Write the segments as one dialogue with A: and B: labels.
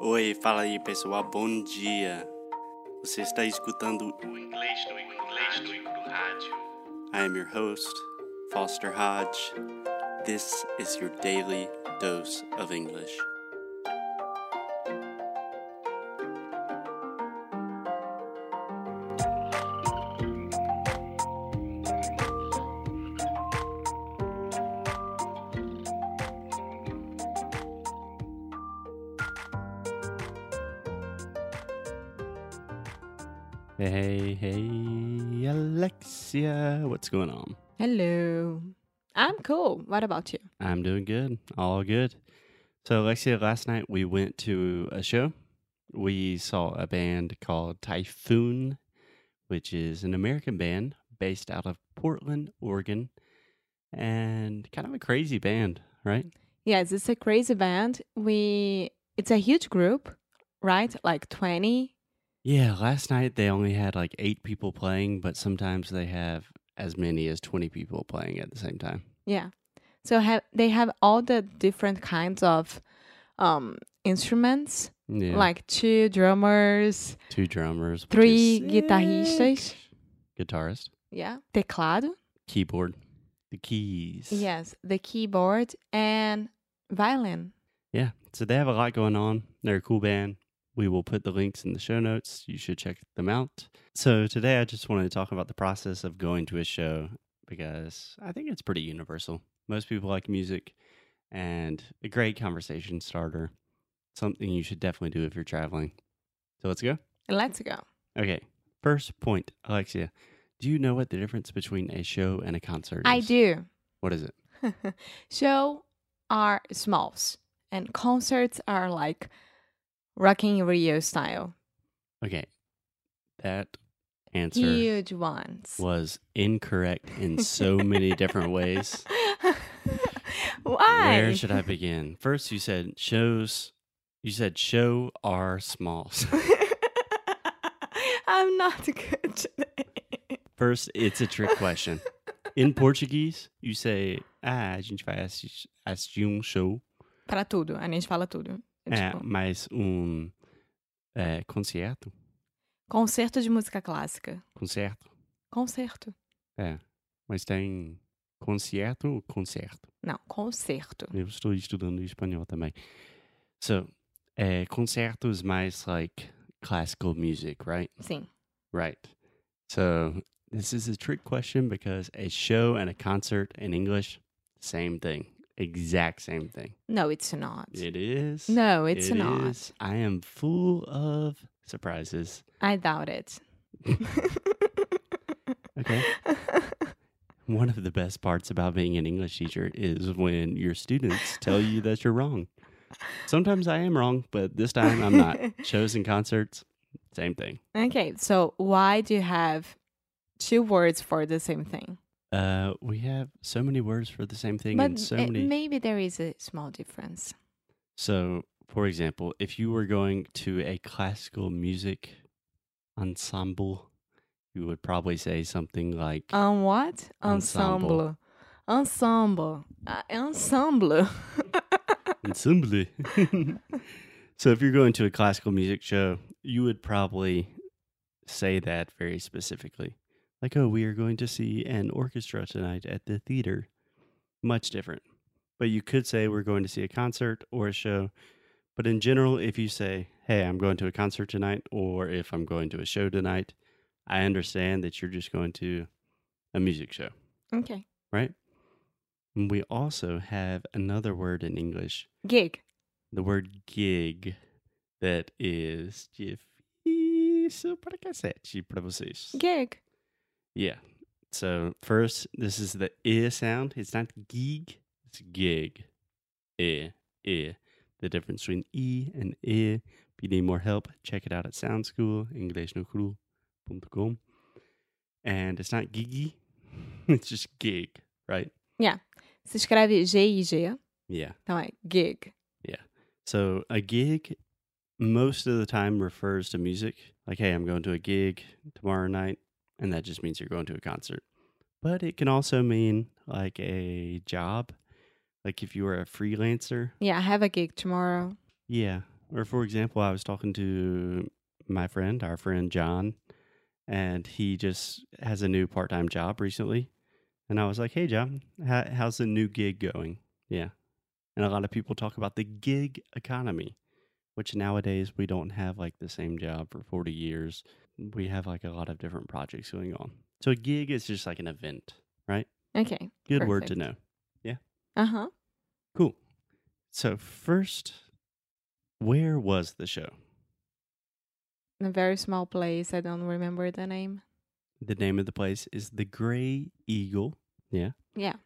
A: Oi, fala aí pessoal, bom dia. Você está escutando
B: O inglês do inglês do, do rádio.
A: I am your host, Foster Hodge. This is your daily dose of English. Hey, hey, Alexia, what's going on?
C: Hello. I'm cool. What about you?
A: I'm doing good. All good. So, Alexia, last night we went to a show. We saw a band called Typhoon, which is an American band based out of Portland, Oregon, and kind of a crazy band, right?
C: Yes, it's a crazy band. We it's a huge group, right? Like 20.
A: Yeah, last night they only had like eight people playing, but sometimes they have as many as 20 people playing at the same time.
C: Yeah. So have they have all the different kinds of um instruments,
A: Yeah.
C: like two drummers,
A: two drummers, which
C: three
A: is
C: guitaristas,
A: sick. guitarist,
C: yeah, teclado,
A: keyboard, the keys.
C: yes, the keyboard and violin.
A: Yeah. So they have a lot going on. They're a cool band. We will put the links in the show notes. You should check them out. So today I just wanted to talk about the process of going to a show because I think it's pretty universal. Most people like music and a great conversation starter. Something you should definitely do if you're traveling. So let's go.
C: Let's go.
A: Okay. First point, Alexia, do you know what the difference between a show and a concert
C: I
A: is?
C: do.
A: What is it?
C: show are smalls and concerts are like rocking Rio style.
A: Okay. That answer.
C: Huge ones.
A: was incorrect in so many different ways.
C: Why?
A: Where should I begin? First, you said shows. You said show are smalls.
C: I'm not good today.
A: First, it's a trick question. In Portuguese, you say ah, a gente vai assis- assistir um show,
C: Para tudo, a gente fala tudo. É
A: é,
C: tipo,
A: mas um é, concerto,
C: concerto de música clássica.
A: concerto,
C: Concerto.
A: é, mas tem concerto ou concerto?
C: Não, concerto.
A: Eu estou estudando espanhol também. So, é, concerto is mais like classical music, right?
C: Sim.
A: Right. So this is a trick question because a show and a concert in English, same thing. Exact same thing.
C: No, it's not.
A: It is.
C: No, it's
A: it
C: not.
A: is. I am full of surprises.
C: I doubt it.
A: Okay. One of the best parts about being an English teacher is when your students tell you that you're wrong. Sometimes I am wrong, but this time I'm not. Shows and concerts, same thing.
C: Okay, so why do you have two words for the same thing?
A: Uh, we have so many words for the same thing and so
C: uh,
A: many
C: maybe there is a small difference.
A: So, for example, if you were going to a classical music ensemble, you would probably say something like
C: Um, what?
A: Ensemble.
C: Ensemble. Ensemble. Uh, ensemble.
A: ensemble. so, if you're going to a classical music show, you would probably say that very specifically. Like, oh, we are going to see an orchestra tonight at the theater. Much different. But you could say we're going to see a concert or a show. But in general, if you say, hey, I'm going to a concert tonight, or if I'm going to a show tonight, I understand that you're just going to a music show.
C: okay.
A: right? And we also have another word in English,
C: Gig.
A: the word gig, that is difícil para cacete para vocês.
C: Gig.
A: Yeah. So first, this is the e sound. It's not gig, it's gig. E, e. The difference between e and e. If you need more help, check it out at Sound School, EnglishNoCrew.com. And it's not giggy, it's just gig, right?
C: Se escreve G-I-G.
A: Yeah.
C: Então é gig.
A: So a gig most of the time refers to music. Like, hey, I'm going to a gig tomorrow night, and that just means you're going to a concert. But it can also mean like a job. Like if you were a freelancer,
C: Yeah, I have a gig tomorrow.
A: yeah, Or, for example, I was talking to my friend, our friend John, and he just has a new part time job recently. And I was like, hey, John, how, how's the new gig going? Yeah. And a lot of people talk about the gig economy, which nowadays we don't have like the same job for 40 years. We have like a lot of different projects going on. So, a gig is just like an event.
C: Okay.
A: Good word to
C: Perfect.
A: know.
C: Uh huh.
A: Cool. So, first, where was the show?
C: In a very small place. I don't remember the name.
A: The name of the place is the Gray Eagle. Yeah.
C: Yeah.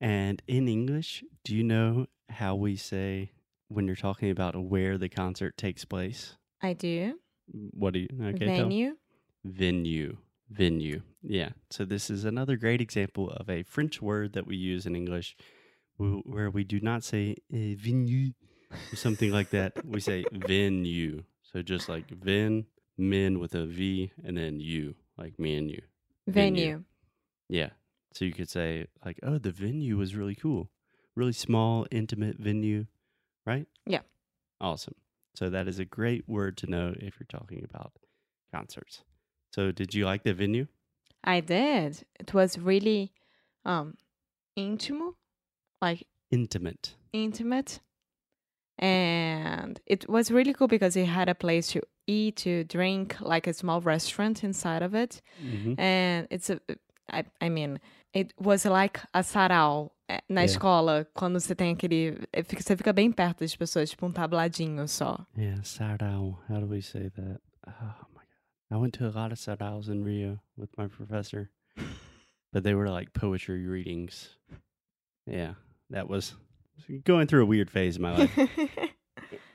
A: And in English, do you know how we say when you're talking about where the concert takes place?
C: I do.
A: What do you? Okay. tell-
C: Venue.
A: venue venue yeah so this is another great example of a french word that we use in english wh- where we do not say eh, venue or something like that we say venue so just like ven men with a v and then you like me and you venue.
C: Venue.
A: yeah so you could say like oh the venue was really cool really small intimate venue right
C: Yeah.
A: awesome so that is a great word to know if you're talking about concerts so did you like the venue
C: I did. It was really um intimate, like
A: intimate.
C: intimate. And it was really cool because it had a place to eat, to drink, like a small restaurant inside of it. And it's a I, I mean, it was like a sarau eh, na
A: Yeah.
C: escola, quando você tem aquele. eh, fica- Você fica bem perto das pessoas, tipo um tabladinho só.
A: Yeah, sarau. How do we say that? Oh my god! I went to a lot of saraus in Rio with my professor, but they were like poetry readings. Yeah, that was going through a weird phase in my life.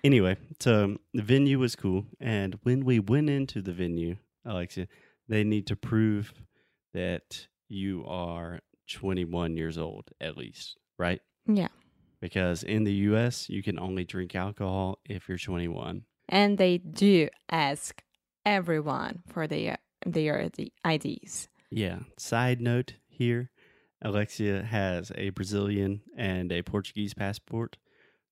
A: anyway, so the venue was cool, and when we went into the venue, Alexia, they need to prove that you are 21 years old at least, right?
C: Yeah.
A: Because in the U.S., you can only drink alcohol if you're 21.
C: and they do ask everyone for their their IDs.
A: Yeah. Side note here Alexia has a Brazilian and a Portuguese passport.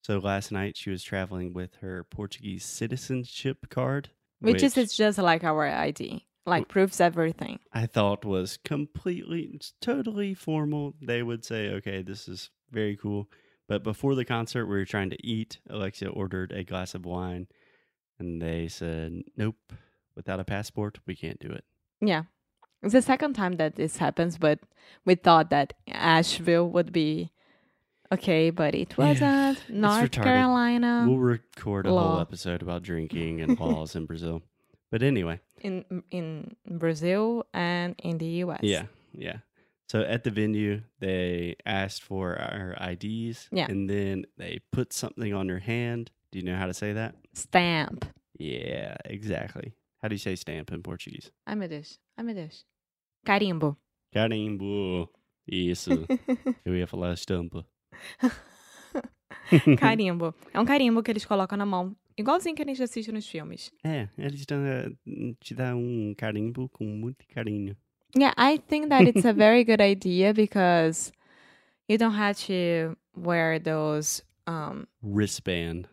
A: So last night she was traveling with her Portuguese citizenship card,
C: Which, is it's just like our ID, like proves everything.
A: I thought was completely, it's totally formal. They would say, okay, this is very cool. But before the concert, we were trying to eat. Alexia ordered a glass of wine, and they said, nope, without a passport, we can't do it.
C: Yeah. It's the second time that this happens, but we thought that Asheville would be okay, but it
A: Yeah,
C: wasn't. North
A: retarded.
C: Carolina
A: we'll record a whole
C: Um, law.
A: episode about drinking and laws in Brazil. But anyway,
C: in in Brazil and in the US.
A: yeah, yeah. So at the venue, they asked for our IDs.
C: Yeah.
A: And then they put something on your hand. Do you know how to say that?
C: Stamp.
A: Yeah, exactly. How do you say stamp in Portuguese?
C: Ai meu Deus. Ai meu Deus. Carimbo.
A: Carimbo. Isso. Eu ia falar estampa.
C: carimbo. É um carimbo que eles colocam na mão. Igualzinho que a gente assiste nos filmes.
A: é, eles dão, eh, te dão um carimbo com muito carinho.
C: Yeah, I think that it's a very good idea because you don't have to wear those um
A: Wristband.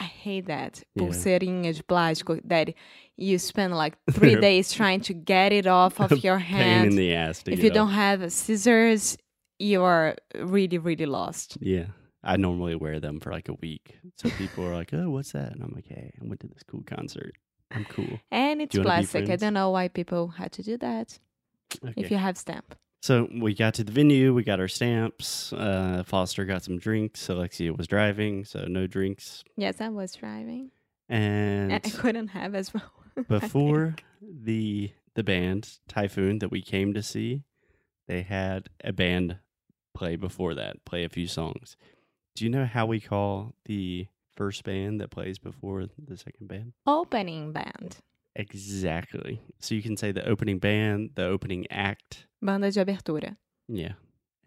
C: I hate that
A: Yeah.
C: pulseirinha de plástico that you spend like three days trying to get it off of your
A: Pain in
C: hand.
A: the ass. To
C: If
A: get
C: you
A: off.
C: don't have scissors, you are really, really lost.
A: Yeah. I normally wear them for like a week. So people are like, oh, what's that? And I'm like, hey, I went to this cool concert. I'm cool.
C: And it's
A: you wanna be
C: plastic. I
A: friends?
C: don't know why people had to do that if
A: Okay.
C: you have stamp.
A: So we got to the venue. We got our stamps. Uh, Foster got some drinks. Alexia was driving. So no drinks.
C: Yes, I was driving. And
A: And
C: I couldn't have as well. I think.
A: before the the band Typhoon that we came to see, they had a band play before that, play a few songs. Do you know how we call the first band that plays before the second band?
C: Opening band.
A: Exactly. So you can say the opening band, the opening act.
C: Banda de abertura.
A: Yeah.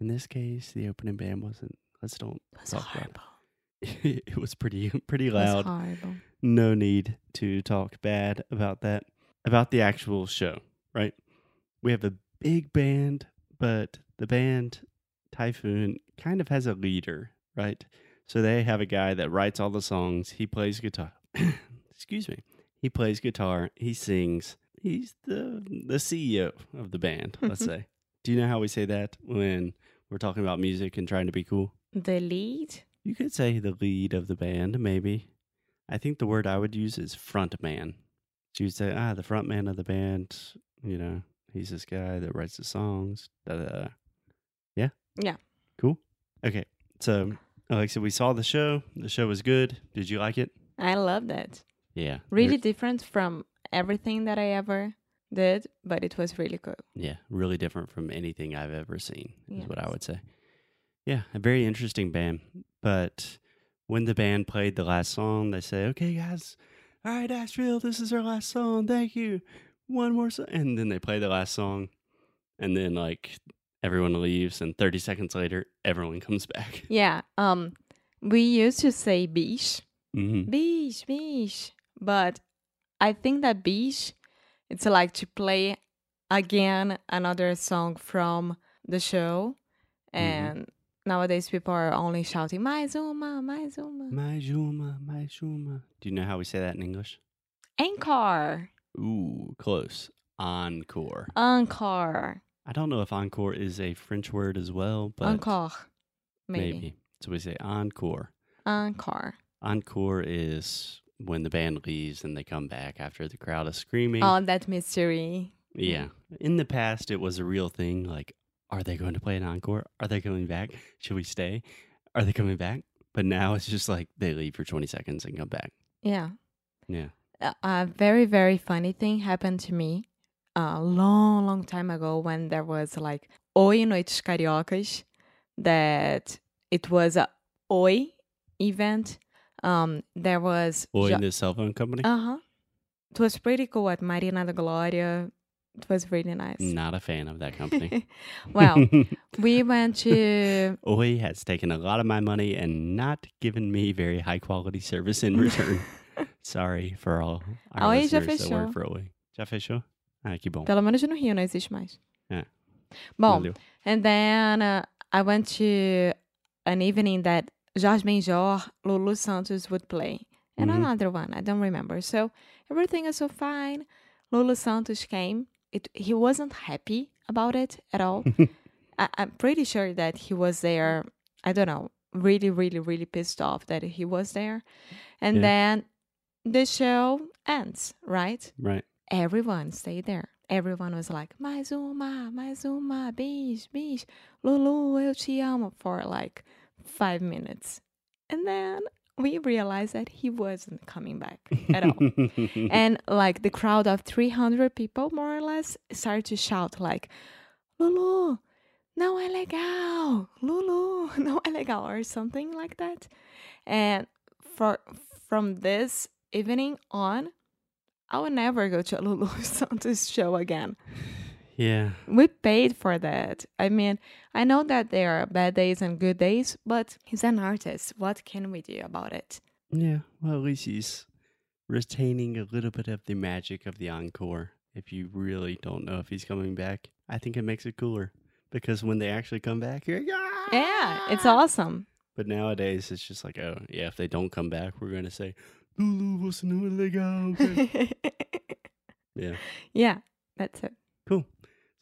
A: In this case, the opening band wasn't. Let's don't.
C: It was
A: Talk about it.
C: horrible.
A: it was pretty pretty
C: It was
A: loud.
C: horrible.
A: No need to talk bad about that. About the actual show, right? We have a big band, but the band Typhoon kind of has a leader, right? So they have a guy that writes all the songs. He plays guitar. excuse me. He plays guitar, he sings. He's the the CEO of the band, let's say. Do you know how we say that when we're talking about music and trying to be cool?
C: The lead.
A: You could say the lead of the band, maybe. I think the word I would use is front man. So you'd say, ah, the front man of the band, you know, he's this guy that writes the songs. Da, da, da. Yeah?
C: Yeah.
A: Cool. Okay. So, Alexa, we saw the show. The show was good. Did you like it?
C: I love that.
A: Yeah.
C: Really different from everything that I ever did, but it was really cool.
A: Yeah, really different from anything I've ever seen, is what I
C: Yes.
A: would say. Yeah, a very interesting band. But when the band played the last song, they say, okay, guys, all right, Asheville, this is our last song. Thank you. One more song. And then they play the last song. And then, like, everyone leaves. And 30 seconds later, everyone comes back.
C: Yeah. Um, we used to say biche,
A: hmm
C: biche, biche, but I think that biche, it's like to play again another song from the show, and nowadays people are only shouting mais uma, mais uma,
A: My Juma, my Juma. Do you know how we say that in English?
C: encore,
A: Ooh, close. Encore.
C: Uh, encore,
A: I don't know if encore is a French word as well, but.
C: encore, maybe.
A: So we say encore.
C: encore.
A: Encore is when the band leaves and they come back after the crowd is screaming.
C: Oh, that mystery.
A: yeah. In the past, it was a real thing. Like, are they going to play an encore? Are they coming back? Should we stay? Are they coming back? But now it's just like they leave for 20 seconds and come back.
C: Yeah.
A: Yeah.
C: a- a very very funny thing happened to me a long long time ago when there was like oi noites cariocas that it was a oi event um there was
A: Or
C: jo-
A: in the cell phone company?
C: uh-huh it was pretty cool at marina da gloria it was really nice
A: Not a fan of that company.
C: well we went to
A: Oi has taken a lot of my money and not given me very high quality service in return. Sorry for all our
C: Oi já
A: listeners that work
C: fechou.
A: for Oi. Já fechou? Ah, que bom.
C: pelo menos no rio não existe mais
A: É.
C: bom
A: Valeu.
C: And then uh, I went to an evening that Jorge Benjor, Lulu Santos would play, and
A: Mhm.
C: another one I don't remember. So everything is so fine. Lulu Santos came. It he wasn't happy about it at all. I, I'm pretty sure that he was there. I don't know, really, really, really pissed off that he was there. And
A: Yeah.
C: then the show ends, right?
A: Right.
C: everyone stayed there. Everyone was like, mais uma, mais uma, bicho, bicho, Lulu, eu te amo, for like five minutes. And then we realized that he wasn't coming back at all. and like the crowd of 300 people, more or less, started to shout like, Lulu, não é legal, Lulu, não é legal, or something like that. And for from this evening on, I will never go to a Lulu Santos show again.
A: yeah.
C: We paid for that. I mean, I know that there are bad days and good days, but he's an artist. What can we do about it?
A: Yeah. Well, at least he's retaining a little bit of the magic of the encore. If you really don't know if he's coming back, I think it makes it cooler because when they actually come back, you're like, "Ah!"
C: Yeah, it's awesome.
A: But nowadays, it's just like, oh, yeah, if they don't come back, we're going to say, Lulu, você não é legal. cara." yeah.
C: Mm-hmm. yeah, that's it.
A: Cool.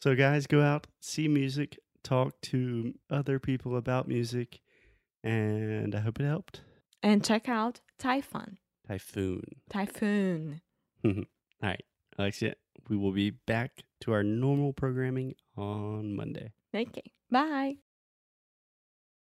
A: So, guys, go out, see music, talk to other people about music, and I hope it helped.
C: And check out Typhon.
A: Typhoon.
C: Typhoon.
A: All right, Alexia, we will be back to our normal programming on Monday.
C: Okay, bye.